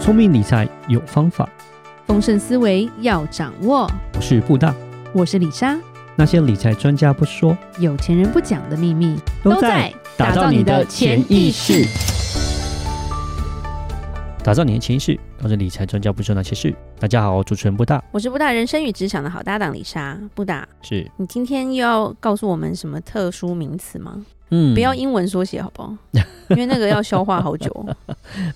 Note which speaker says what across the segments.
Speaker 1: 聪明理财有方法，
Speaker 2: 丰盛思维要掌握。
Speaker 1: 我是布大。
Speaker 2: 我是李莎，
Speaker 1: 那些理财专家不说，
Speaker 2: 有钱人不讲的秘密
Speaker 1: 打造你的潜意识。，打造你的潜意识，告诉理财专家不说那些事。大家好，主持人布大
Speaker 2: 我是布大人生与职场的好搭档李莎。布大，
Speaker 1: 是，
Speaker 2: 你今天又要告诉我们什么特殊名词吗？
Speaker 1: 嗯
Speaker 2: 不要英文缩写好 不好？因为那个要消化好久。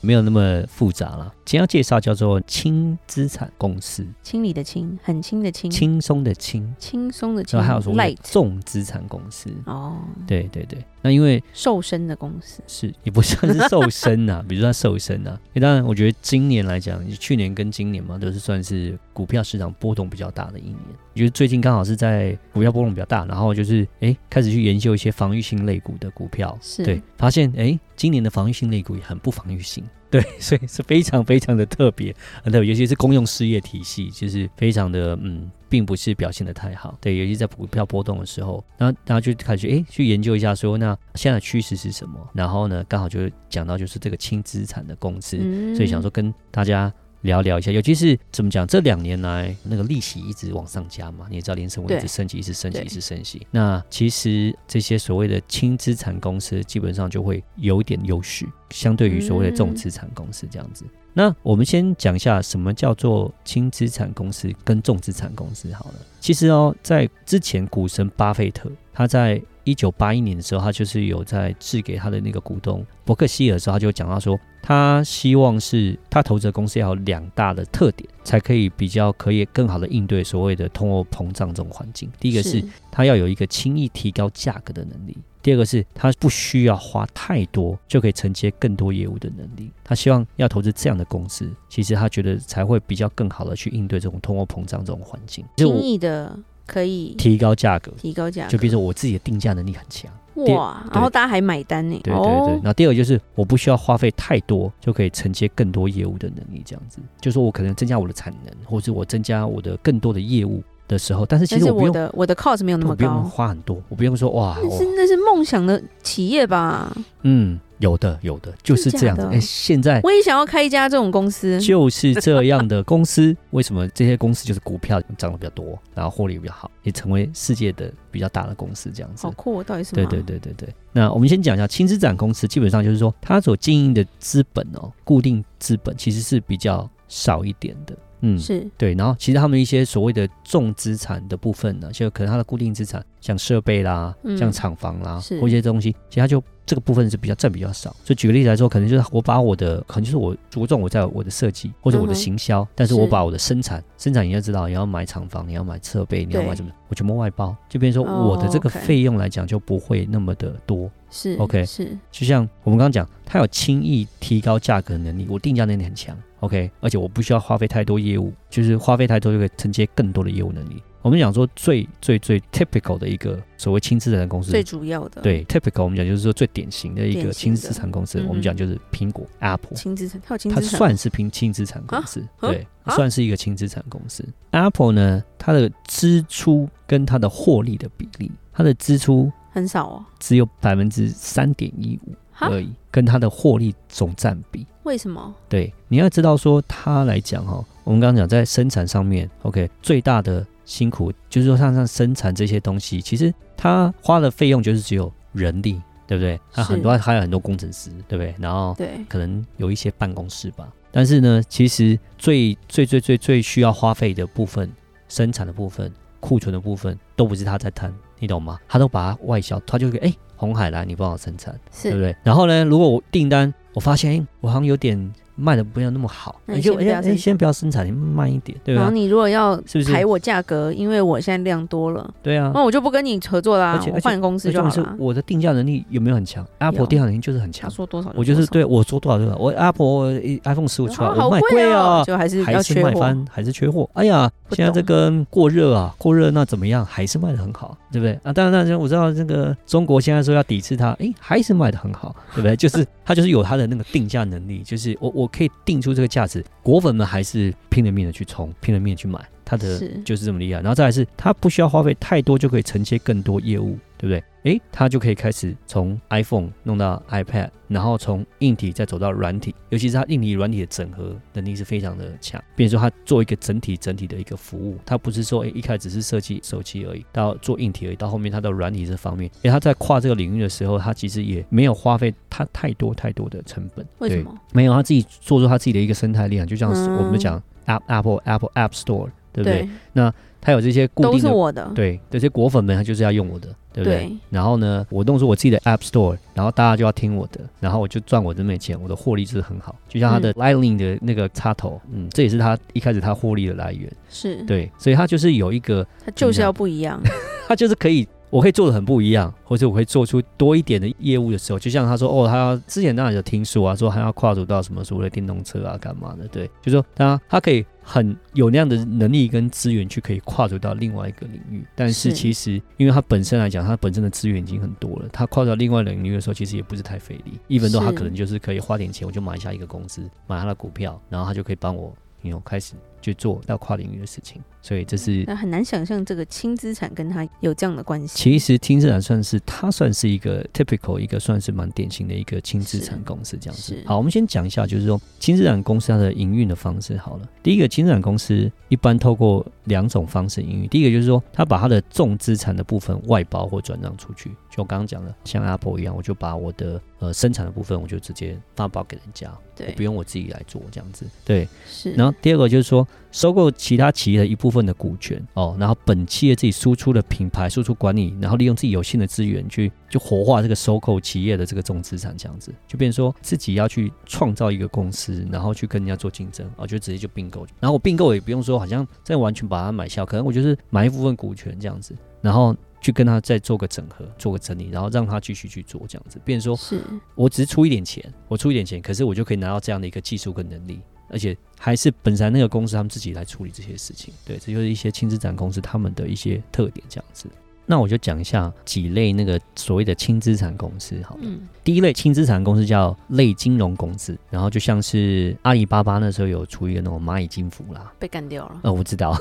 Speaker 1: 没有那么复杂了。今天要介绍叫做轻资产公司，
Speaker 2: 清理的清，很轻的轻，
Speaker 1: 轻松的轻，
Speaker 2: 轻松的轻
Speaker 1: 然后还有所谓
Speaker 2: ，light
Speaker 1: 的重资产公司。
Speaker 2: 哦，
Speaker 1: 对对对，那因为
Speaker 2: 瘦身的公司。
Speaker 1: 是也不算是瘦身呐、 比如说它瘦身呐、因为当然，我觉得今年来讲，去年跟今年嘛，都是算是股票市场波动比较大的一年。我觉得最近刚好是在股票波动比较大，然后就是哎开始去研究一些防御性类股的股票，
Speaker 2: 是
Speaker 1: 对，发现哎今年的防御性类股也很不防御性。对，所以是非常非常的特别，很特别，尤其是公用事业体系，就是非常的嗯，并不是表现的太好。对，尤其在股票波动的时候，然后大家就开始去诶去研究一下说，那现在的趋势是什么？然后呢，刚好就讲到就是这个轻资产的公司，
Speaker 2: 嗯
Speaker 1: 所以想说跟大家。聊聊一下，尤其是怎么讲，这两年来那个利息一直往上加嘛，你也知道联储会一
Speaker 2: 对
Speaker 1: 直升级，一直升级，
Speaker 2: 对
Speaker 1: 一直升级。那其实这些所谓的轻资产公司，基本上就会有一点优势，相对于所谓的重
Speaker 2: 嗯
Speaker 1: 资产公司这样子。那我们先讲一下什么叫做轻资产公司跟重资产公司好了。其实哦，在之前股神巴菲特他在一九八一年的时候，他就是有在致给他的那个股东伯克希尔的时候，他就讲到说，他希望是他投资的公司要有两大的特点，才可以比较可以更好的应对所谓的通货膨胀这种环境。第一个是它要有一个轻易提高价格的能力。第二个是它不需要花太多就可以承接更多业务的能力。他希望要投资这样的公司，其实他觉得才会比较更好的去应对这种通货膨胀这种环境。就
Speaker 2: 轻
Speaker 1: 我
Speaker 2: 易的可以
Speaker 1: 提高价格，
Speaker 2: 提高价格，
Speaker 1: 就比如说我自己的定价能力很强，第
Speaker 2: 哇，
Speaker 1: 对
Speaker 2: 然后大家还买单呢，
Speaker 1: 对对对。
Speaker 2: 哦
Speaker 1: 然，后第二个就是我不需要花费太多就可以承接更多业务的能力，这样子，就说我可能增加我的产能，或是我增加我的更多的业务的时候，但是其
Speaker 2: 但
Speaker 1: 实
Speaker 2: 是
Speaker 1: 我不
Speaker 2: 我
Speaker 1: 用。
Speaker 2: 的我的 cost 没有那
Speaker 1: 我
Speaker 2: 么
Speaker 1: 不用
Speaker 2: 高，
Speaker 1: 花很多，我不用说哇，
Speaker 2: 那
Speaker 1: 我
Speaker 2: 是那是梦想的企业吧？
Speaker 1: 嗯，有的，有的，就是这样子。
Speaker 2: 真的假的
Speaker 1: 哎、现在
Speaker 2: 我也想要开一家这种公司，
Speaker 1: 就是这样的公司，为什么这些公司就是股票涨得比较多，然后获利比较好，也成为世界的比较大的公司这样子
Speaker 2: 好。酷、哦，到底是什
Speaker 1: 对
Speaker 2: 么？
Speaker 1: 对对对对。那我们先讲一下轻资产公司，基本上就是说它所经营的资本哦，固定资本其实是比较少一点的。嗯，
Speaker 2: 是
Speaker 1: 对，然后其实他们一些所谓的重资产的部分呢，就可能它的固定资产，像设备啦，
Speaker 2: 嗯
Speaker 1: 像厂房啦，
Speaker 2: 是
Speaker 1: 或一些东西，其实它就这个部分是比较占比较少。所以举个例子来说，可能就是我把我的，可能就是我着重我在我的设计或者我
Speaker 2: 嗯
Speaker 1: 的
Speaker 2: 哼
Speaker 1: 行销，但是我
Speaker 2: 是
Speaker 1: 把我的生产，生产你要知道，你要买厂房，你要买设备，你要
Speaker 2: 对
Speaker 1: 买什么，我全部外包，就变成说
Speaker 2: 哦
Speaker 1: 我的这个
Speaker 2: OK
Speaker 1: 费用来讲就不会那么的多。
Speaker 2: 是
Speaker 1: OK
Speaker 2: 是
Speaker 1: 就像我们刚刚讲，它有轻易提高价格的能力，我定价能力很强，OK，而且我不需要花费太多业务，就是花费太多就可以承接更多的业务能力。我们讲说最最最 typical 的一个所谓轻资产公司，
Speaker 2: 最主要的，，
Speaker 1: 嗯对 typical 我们讲就是说最典型的一
Speaker 2: 典型
Speaker 1: 个
Speaker 2: 的
Speaker 1: 轻资产公司
Speaker 2: 嗯，哼
Speaker 1: 我们讲就是苹果 Apple，
Speaker 2: 轻资产，它有轻
Speaker 1: 它
Speaker 2: 资产，
Speaker 1: 算是平轻资产公司，
Speaker 2: 啊
Speaker 1: 对，
Speaker 2: 啊
Speaker 1: 算是一个轻资产公司。Apple 呢，它的支出跟它的获利的比例，它的支出
Speaker 2: 很少哦，
Speaker 1: 只有百分之三点一五。
Speaker 2: 哈，
Speaker 1: 而已，跟它的获利总占比。
Speaker 2: 为什么？
Speaker 1: 对，你要知道说它来讲哈，我们刚刚讲在生产上面，OK，最大的辛苦就是说像像生产这些东西，其实它花的费用就是只有人力，对不对？它
Speaker 2: 是
Speaker 1: 很多还有很多工程师，对不对？然后
Speaker 2: 对，
Speaker 1: 可能有一些办公室吧。但是呢，其实最最最最最需要花费的部分，生产的部分、库存的部分，都不是他在摊，你懂吗？他都把它外销，他就会哎，红海来，你帮我生产。
Speaker 2: 是
Speaker 1: 对不对？啊然后呢，如果我订单我发现，哎，我好像有点卖的没有那么好，
Speaker 2: 那
Speaker 1: 那
Speaker 2: 你
Speaker 1: 就
Speaker 2: 先不要
Speaker 1: 哎
Speaker 2: 生
Speaker 1: 哎，先不要生产，你慢一点，对
Speaker 2: 然
Speaker 1: 吧
Speaker 2: 后？你如果要
Speaker 1: 是不是
Speaker 2: 抬我价格，因为我现在量多了，
Speaker 1: 对啊
Speaker 2: 那。我就不跟你合作啦
Speaker 1: 而且，
Speaker 2: 我换公司
Speaker 1: 最
Speaker 2: 就
Speaker 1: 重
Speaker 2: 好
Speaker 1: 要是
Speaker 2: 了。
Speaker 1: 我的定价能力有没有很强？Apple 定价能力就是很
Speaker 2: 他
Speaker 1: 强，
Speaker 2: 说多少，
Speaker 1: 我就是，对我说多少对吧？我 Apple 一 iPhone 十五
Speaker 2: 我
Speaker 1: 出来，
Speaker 2: 好
Speaker 1: 我卖
Speaker 2: 贵哦
Speaker 1: 啊，
Speaker 2: 就还是
Speaker 1: 还
Speaker 2: 要
Speaker 1: 是
Speaker 2: 缺
Speaker 1: 卖
Speaker 2: 货，
Speaker 1: 翻，还是缺货。哎呀，
Speaker 2: 不
Speaker 1: 现在这
Speaker 2: 懂
Speaker 1: 跟过热啊，过热那怎么样？还是卖的很好，对不对啊？当然，当然，我知道这个中国现在说要抵制它，哎，还是卖的很好，对不对？就是它就是有它的那个定价能力，就是我我可以定出这个价值，果粉们还是拼了命的去冲，拼了命的去买，它的
Speaker 2: 是
Speaker 1: 就是这么厉害。然后再来是，它不需要花费太多就可以承接更多业务对不对？诶，它就可以开始从 iPhone 弄到 iPad，然后从硬体再走到软体，尤其是它硬体软体的整合能力是非常的强。变成说它做一个整体整体的一个服务，它不是说诶一开始只是设计手机而已，到做硬体而已，到后面它到软体这方面，诶，它在跨这个领域的时候，它其实也没有花费它太多太多的成本。
Speaker 2: 为什
Speaker 1: 对
Speaker 2: 么？
Speaker 1: 没有，他自己做出他自己的一个生态链，就像是
Speaker 2: 嗯
Speaker 1: 我们讲 App Apple Apple App Store，对不对？
Speaker 2: 对，
Speaker 1: 它有这些固
Speaker 2: 都
Speaker 1: 定
Speaker 2: 是
Speaker 1: 的，
Speaker 2: 我的。
Speaker 1: 对这些果粉们，他就是要用我的，对不对？
Speaker 2: 对
Speaker 1: 然后呢，我弄出我自己的 App Store，然后大家就要听我的，然后我就赚我这边钱，我的获利就是很好。就像他
Speaker 2: 嗯
Speaker 1: 的 Lightning 的那个插头，嗯，这也是他一开始他获利的来源，
Speaker 2: 是，
Speaker 1: 对，所以他就是有一个，
Speaker 2: 它就是要不一样。
Speaker 1: 他就是可以。我可以做的很不一样，或者我可以做出多一点的业务的时候，就像他说哦，他要之前当然有听说啊，说他要跨足到什么所谓的电动车啊，干嘛的？对，就说他他可以很有那样的能力跟资源去可以跨足到另外一个领域，但是
Speaker 2: 是
Speaker 1: 其实因为他本身来讲，他本身的资源已经很多了，他跨到另外一个领域的时候，其实也不是太费力。一本都他
Speaker 2: 是
Speaker 1: 可能就是可以花点钱，我就买下一个公司，买他的股票，然后他就可以帮我，你有开始去做到跨领域的事情，所以这是
Speaker 2: 那很难想象这个轻资产跟它有这样的关系。
Speaker 1: 其实轻资产算是它算是一个 typical 一个算是蛮典型的一个轻资产
Speaker 2: 是
Speaker 1: 公司这样子
Speaker 2: 是。
Speaker 1: 好，我们先讲一下，就是说轻资产公司它的营运的方式好了。第一个，轻资产公司一般透过两种方式营运，第一个就是说它把它的重资产的部分外包或转让出去，就我刚刚讲的，像 Apple 一样，我就把我的呃生产的部分我就直接发包给人家，
Speaker 2: 对，
Speaker 1: 不用我自己来做这样子。对，
Speaker 2: 是，
Speaker 1: 然后第二个就是说，收购其他企业的一部分的股权哦，然后本企业自己输出的品牌、输出管理，然后利用自己有限的资源去就活化这个收购企业的这个重资产，这样子就变成说自己要去创造一个公司，然后去跟人家做竞争啊、哦，就直接就并购。然后我并购也不用说好像再完全把它买下，可能我就是买一部分股权这样子，然后去跟他再做个整合、做个整理，然后让他继续去做这样子，变成说
Speaker 2: 是
Speaker 1: 我只是出一点钱，我出一点钱，可是我就可以拿到这样的一个技术跟能力，而且还是本来那个公司他们自己来处理这些事情。对，这就是一些轻资产公司他们的一些特点，这样子。那我就讲一下几类那个所谓的轻资产公司好了。
Speaker 2: 嗯，
Speaker 1: 第一类轻资产公司叫类金融公司，然后就像是阿里巴巴那时候有出一个那种蚂蚁金服啦，
Speaker 2: 被干掉 了，
Speaker 1: 呃，我知道。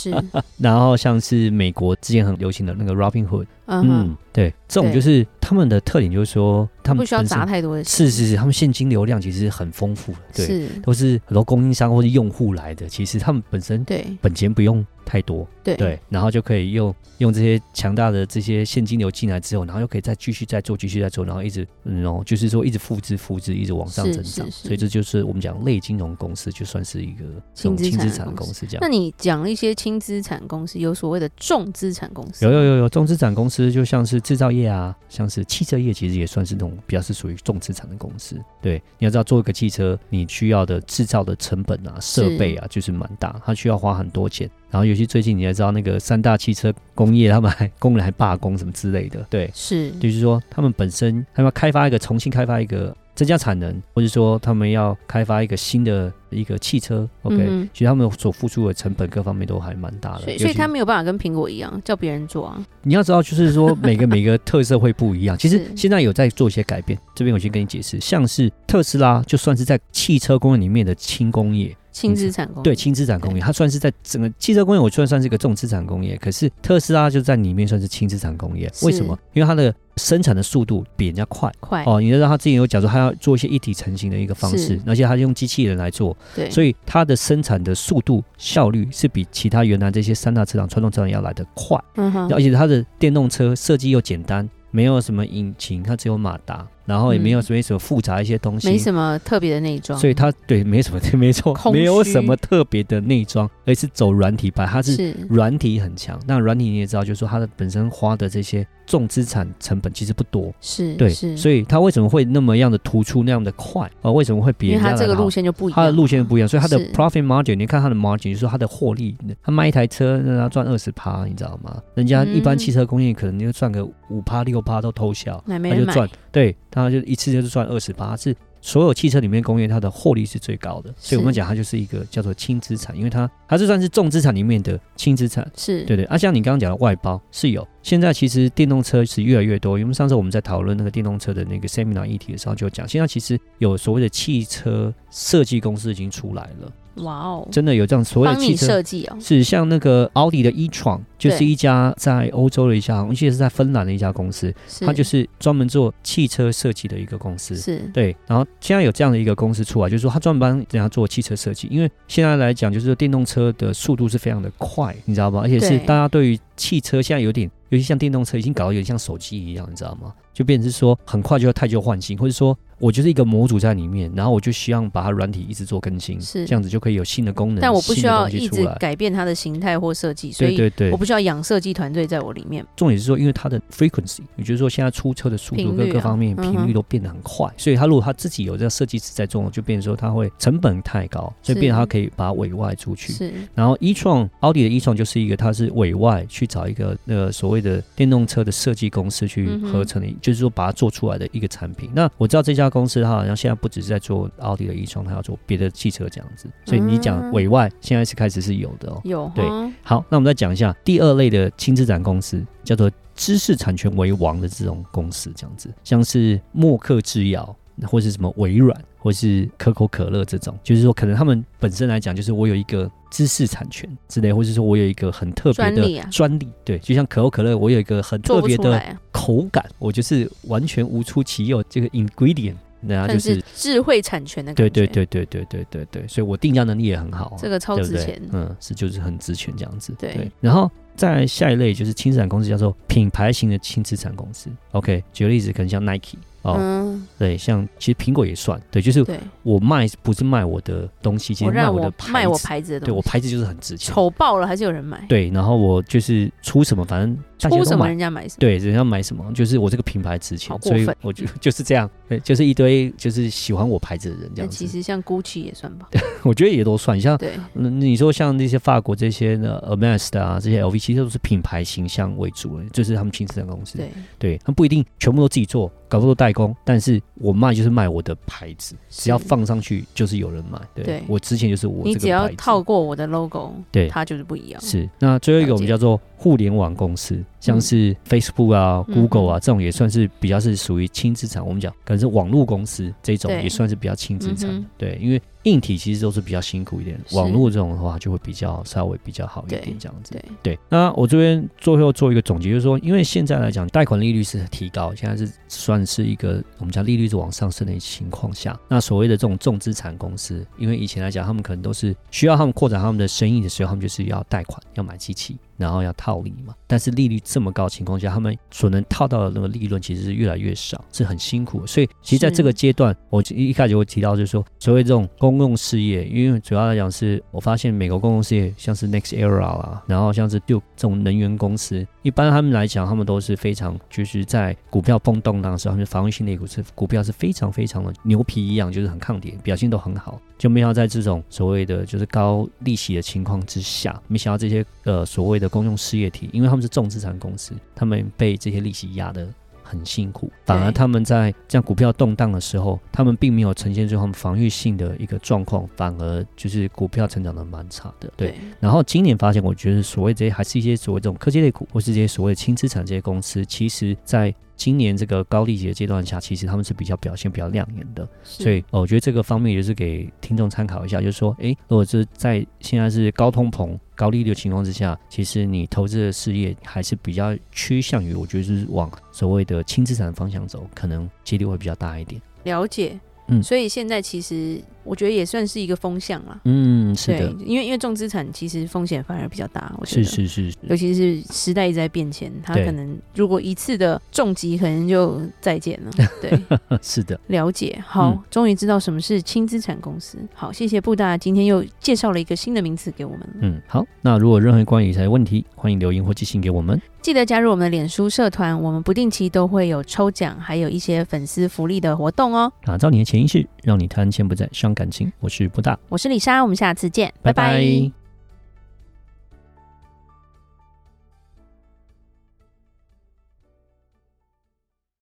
Speaker 2: 是，
Speaker 1: 然后像是美国之前很流行的那个 Robinhood，
Speaker 2: 嗯哼，
Speaker 1: 嗯，对，这种
Speaker 2: 对
Speaker 1: 就是他们的特点就是说他们
Speaker 2: 不需要
Speaker 1: 本身
Speaker 2: 砸太多的钱，
Speaker 1: 是是是，他们现金流量其实很丰富的，对，
Speaker 2: 是，
Speaker 1: 都是很多供应商或是用户来的，其实他们本身
Speaker 2: 对
Speaker 1: 本钱不用太多，
Speaker 2: 对
Speaker 1: 对，然后就可以用用这些强大的这些现金流进来之后，然后又可以再继续再做，继续再做，然后一直嗯哦，就是说一直复制复制，一直往上
Speaker 2: 是
Speaker 1: 增长，
Speaker 2: 是是
Speaker 1: 所以这就是我们讲类金融公司就算是一个这种
Speaker 2: 轻资
Speaker 1: 轻
Speaker 2: 产
Speaker 1: 资
Speaker 2: 的
Speaker 1: 产的
Speaker 2: 公
Speaker 1: 公司这样
Speaker 2: 那。你讲了一些轻资产公司，有所谓的重资产公司，
Speaker 1: 有有有有，重资产公司就像是制造业啊，像是汽车业，其实也算是那种比较是属于重资产的公司。对，你要知道做一个汽车，你需要的制造的成本啊、设备啊，就是蛮大，它需要花很多钱。然后尤其最近你也知道，那个三大汽车工业他们还工人还罢工什么之类的，对，
Speaker 2: 是，
Speaker 1: 就是说他们本身他们要开发一个重新开发一个增加产能，或者说他们要开发一个新的一个汽车，OK，、
Speaker 2: 嗯哼
Speaker 1: 其实他们所付出的成本各方面都还蛮大的，
Speaker 2: 所以
Speaker 1: 尤
Speaker 2: 所以
Speaker 1: 其
Speaker 2: 他没有办法跟苹果一样叫别人做啊，
Speaker 1: 你要知道，就是说每个每个特色会不一 样。其实
Speaker 2: 是
Speaker 1: 现在有在做一些改变，这边我先跟你解释，像是特斯拉，就算是在汽车工业里面的轻工业，
Speaker 2: 轻资产公司，
Speaker 1: 对轻资产工业，它算是在整个汽车工业，我虽然算是一个重资产工业，可是特斯拉就在里面算是轻资产工业。
Speaker 2: 是
Speaker 1: 为什么？因为它的生产的速度比人家快。
Speaker 2: 快，
Speaker 1: 哦，你知道他之前有讲说，他要做一些一体成型的一个方式
Speaker 2: 是，
Speaker 1: 而且他用机器人来做，
Speaker 2: 对，
Speaker 1: 所以它的生产的速度效率是比其他原来这些三大车厂、传统车厂要来的快。
Speaker 2: 嗯哼，
Speaker 1: 而且它的电动车设计又简单，没有什么引擎，它只有马达，然后也没有
Speaker 2: 嗯
Speaker 1: 什么什么复杂一些东西，
Speaker 2: 没什么特别的内装，
Speaker 1: 所以它对没什么， 对没错，
Speaker 2: 空虚
Speaker 1: 没有什么特别的内装，而是走软体派，它是
Speaker 2: 是
Speaker 1: 软体很强。那软体你也知道，就是说它的本身花的这些重资产成本其实不多，
Speaker 2: 是
Speaker 1: 对，
Speaker 2: 是，
Speaker 1: 所以它为什么会那么样的突出，那样的快啊、呃为什么会比
Speaker 2: 因为
Speaker 1: 人家
Speaker 2: 它这
Speaker 1: 来
Speaker 2: 个
Speaker 1: 得好
Speaker 2: 路线就不一样，
Speaker 1: 它的路线不一样，所以它的
Speaker 2: 是
Speaker 1: profit margin，你看它的 margin，就是它的获利，它卖一台车，人家赚二十趴，你知道吗？人家一般
Speaker 2: 嗯
Speaker 1: 汽车工业可能就赚个五趴六趴都偷笑，
Speaker 2: 买没
Speaker 1: 他
Speaker 2: 人
Speaker 1: 就
Speaker 2: 买，
Speaker 1: 赚，对，他就一次就是赚二十趴，是所有汽车里面工业它的获利是最高的，所以我们
Speaker 2: 是
Speaker 1: 讲它就是一个叫做轻资产，因为它它是算是重资产里面的轻资产，
Speaker 2: 是，
Speaker 1: 对对。啊，像你刚刚讲的外包是有，现在其实电动车是越来越多，因为上次我们在讨论那个电动车的那个 seminar 议题的时候就讲，现在其实有所谓的汽车设计公司已经出来了，
Speaker 2: 哇哦，
Speaker 1: 真的有这样所谓的
Speaker 2: 帮
Speaker 1: 汽
Speaker 2: 你
Speaker 1: 车。
Speaker 2: 设计哦，
Speaker 1: 是像那个奥迪的 e 创，就是
Speaker 2: 对
Speaker 1: 一家在欧洲的一家，我记得是在芬兰的一家公司，
Speaker 2: 是
Speaker 1: 它就是专门做汽车设计的一个公司。
Speaker 2: 是
Speaker 1: 对，然后现在有这样的一个公司出来，就是说它专门帮人家做汽车设计，因为现在来讲，就是说电动车的速度是非常的快，你知道吗？而且是
Speaker 2: 对
Speaker 1: 大家对于汽车现在有点，尤其像电动车已经搞得有点像手机一样，你知道吗？就变成是说很快就要太旧换新，或者说我就是一个模组在里面，然后我就希望把它软体一直做更新，
Speaker 2: 是
Speaker 1: 这样子就可以有新的功能，
Speaker 2: 但我不
Speaker 1: 新
Speaker 2: 需
Speaker 1: 的
Speaker 2: 要
Speaker 1: 东西
Speaker 2: 一
Speaker 1: 出
Speaker 2: 直
Speaker 1: 来
Speaker 2: 改变它的形态或设计，所
Speaker 1: 对
Speaker 2: 以
Speaker 1: 对对
Speaker 2: 我，不需要养设计团队在我里面。
Speaker 1: 重点是说，因为它的 frequency，也就是说现在出车的速度
Speaker 2: 频
Speaker 1: 各
Speaker 2: 率啊
Speaker 1: 各方面
Speaker 2: 嗯哼
Speaker 1: 频率都变得很快，所以他如果他自己有这个设计师在做，就变成说他会成本太高，所以
Speaker 2: 是
Speaker 1: 变成他可以把它委外出去。
Speaker 2: 是
Speaker 1: 然后一创奥迪的一 E 创就是一个，它是委外去找一个呃所谓的电动车的设计公司去
Speaker 2: 嗯哼
Speaker 1: 合成的，就是说把它做出来的一个产品。那我知道这家公司它好像现在不只是在做奥迪的一创，它要做别的汽车这样子。所以你讲
Speaker 2: 嗯
Speaker 1: 委外，现在是开始是有的哦。
Speaker 2: 有
Speaker 1: 对
Speaker 2: 哈
Speaker 1: 好，那我们再讲一下第二类的轻资产公司，叫做知识产权为王的这种公司，这样子，像是默克制药，或是什么微软，或是可口可乐这种，就是说可能他们本身来讲，就是我有一个知识产权之类，或是说我有一个很特别
Speaker 2: 专利
Speaker 1: 的
Speaker 2: 啊
Speaker 1: 专利，对，就像可口可乐，我有一个很
Speaker 2: 做
Speaker 1: 特
Speaker 2: 不
Speaker 1: 别
Speaker 2: 出
Speaker 1: 的
Speaker 2: 来，
Speaker 1: 口感，我就是完全无出其右，这个 ingredient，那就
Speaker 2: 但
Speaker 1: 是
Speaker 2: 是智慧产权的感
Speaker 1: 对
Speaker 2: 觉。
Speaker 1: 对对对对对对对，所以我定价能力也很好啊、
Speaker 2: 这个超
Speaker 1: 对不
Speaker 2: 值
Speaker 1: 对？
Speaker 2: 钱，
Speaker 1: 嗯，是就是很值钱这样子。
Speaker 2: 对
Speaker 1: 然后再下一类就是轻资产公司，叫做品牌型的轻资产公司。OK，举个例子，可能像 Nike 哦，
Speaker 2: 嗯，
Speaker 1: 对，像其实苹果也算，对，就是
Speaker 2: 对，
Speaker 1: 我卖不是卖我的东西，其
Speaker 2: 我
Speaker 1: 实卖
Speaker 2: 让
Speaker 1: 我
Speaker 2: 我
Speaker 1: 的牌子，
Speaker 2: 卖我牌子的
Speaker 1: 对我
Speaker 2: 东西，
Speaker 1: 牌子就是很值钱。
Speaker 2: 丑爆了还是有人买，
Speaker 1: 对，然后我就是出什么，反正大家
Speaker 2: 出
Speaker 1: 都
Speaker 2: 什么
Speaker 1: 买。
Speaker 2: 人家买什么，
Speaker 1: 对，人家买什么，就是我这个品牌值钱
Speaker 2: 好，过
Speaker 1: 所以
Speaker 2: 分
Speaker 1: 我就就是这样，对，就是一堆就是喜欢我牌子的人这
Speaker 2: 那
Speaker 1: 样
Speaker 2: 其
Speaker 1: 子，
Speaker 2: 实像 GUCCI 也算吧，
Speaker 1: 我觉得也都算。像
Speaker 2: 对，
Speaker 1: 嗯，你说像那些法国这些呢 a m a s 啊，这些 LV，其实都是品牌形象为主的，就是他们轻资产公司。
Speaker 2: 对，
Speaker 1: 对，他们不一定全部都自己做，搞不好都代工，但是我卖就是卖我的牌子，
Speaker 2: 是
Speaker 1: 只要放上去就是有人买。对，
Speaker 2: 对
Speaker 1: 我之前就是我
Speaker 2: 你
Speaker 1: 这
Speaker 2: 只
Speaker 1: 个
Speaker 2: 要
Speaker 1: 牌
Speaker 2: 套
Speaker 1: 子。
Speaker 2: 过我的 logo，
Speaker 1: 对
Speaker 2: 它就是不一样，
Speaker 1: 是，那最后一个我们
Speaker 2: 了解
Speaker 1: 叫做互联网公司，像
Speaker 2: 哦嗯
Speaker 1: 是 Facebook 啊、
Speaker 2: 嗯
Speaker 1: Google 啊这种也算是比较是属于轻资产，我们讲可能是网络公司这种
Speaker 2: 对
Speaker 1: 也算是比较轻资产。
Speaker 2: 嗯哼
Speaker 1: 对，因为硬体其实都是比较辛苦一点，
Speaker 2: 是
Speaker 1: 网络这种的话就会比较稍微比较好一点
Speaker 2: 对
Speaker 1: 这样子。
Speaker 2: 对，
Speaker 1: 对，那我这边最后做一个总结，就是说，因为现在来讲，贷款利率是提高，现在是算是一个我们讲利率是往上升的情况下，那所谓的这种重资产公司，因为以前来讲，他们可能都是需要他们扩展他们的生意的时候，他们就是要贷款，要买机器。然后要套利嘛，但是利率这么高的情况下，他们所能套到的那个利润其实是越来越少，是很辛苦的。所以其实在
Speaker 2: 是
Speaker 1: 这个阶段，我一一开始我提到就是说，所谓这种公共事业，因为主要来讲是我发现美国公共事业像是 Next Era 啦，然后像是 Duke 这种能源公司，一般他们来讲，他们都是非常就是在股票蹦动荡的时候，他们防御性类股是股票是非常非常的牛皮一样，就是很抗跌，表现都很好。就没想到在这种所谓的就是高利息的情况之下，没想到这些呃所谓的公用事业体，因为他们是重资产公司，他们被这些利息压得很辛苦，反而
Speaker 2: 对
Speaker 1: 他们在这样股票动荡的时候，他们并没有呈现出他们防御性的一个状况，反而就是股票成长的蛮差的。对，
Speaker 2: 对，
Speaker 1: 然后今年发现，我觉得所谓这些还是一些所谓这种科技类股，或是这些所谓轻资产这些公司，其实在今年这个高利息的阶段下，其实他们是比较表现比较亮眼的。
Speaker 2: 是
Speaker 1: 所以、呃我觉得这个方面也是给听众参考一下，就是说，诶，如果是在现在是高通膨、高利率的情况之下，其实你投资的事业还是比较趋向于，我觉得是往所谓的轻资产的方向走，可能几率会比较大一点。
Speaker 2: 了解，
Speaker 1: 嗯
Speaker 2: 所以现在其实我觉得也算是一个风向啦。
Speaker 1: 嗯，是
Speaker 2: 对
Speaker 1: 的，，
Speaker 2: 因为因为重资产其实风险反而比较大，我觉
Speaker 1: 是
Speaker 2: 得。
Speaker 1: 是是，是
Speaker 2: 尤其是时代一直在变迁，它
Speaker 1: 对
Speaker 2: 可能如果一次的重击，可能就再见 了。对，
Speaker 1: 嗯是的，
Speaker 2: 了解。好，
Speaker 1: 嗯
Speaker 2: 终于知道什么是轻资产公司。好，谢谢布大，今天又介绍了一个新的名词给我们了。
Speaker 1: 嗯，好，那如果有任何关于理财的问题，欢迎留言或寄信给我们。
Speaker 2: 记得加入我们的脸书社团，我们不定期都会有抽奖，还有一些粉丝福利的活动哦。
Speaker 1: 打造你的潜意识，让你谈钱不再伤感情。我是布大，
Speaker 2: 我是李莎，我们下次见，拜拜
Speaker 1: 拜拜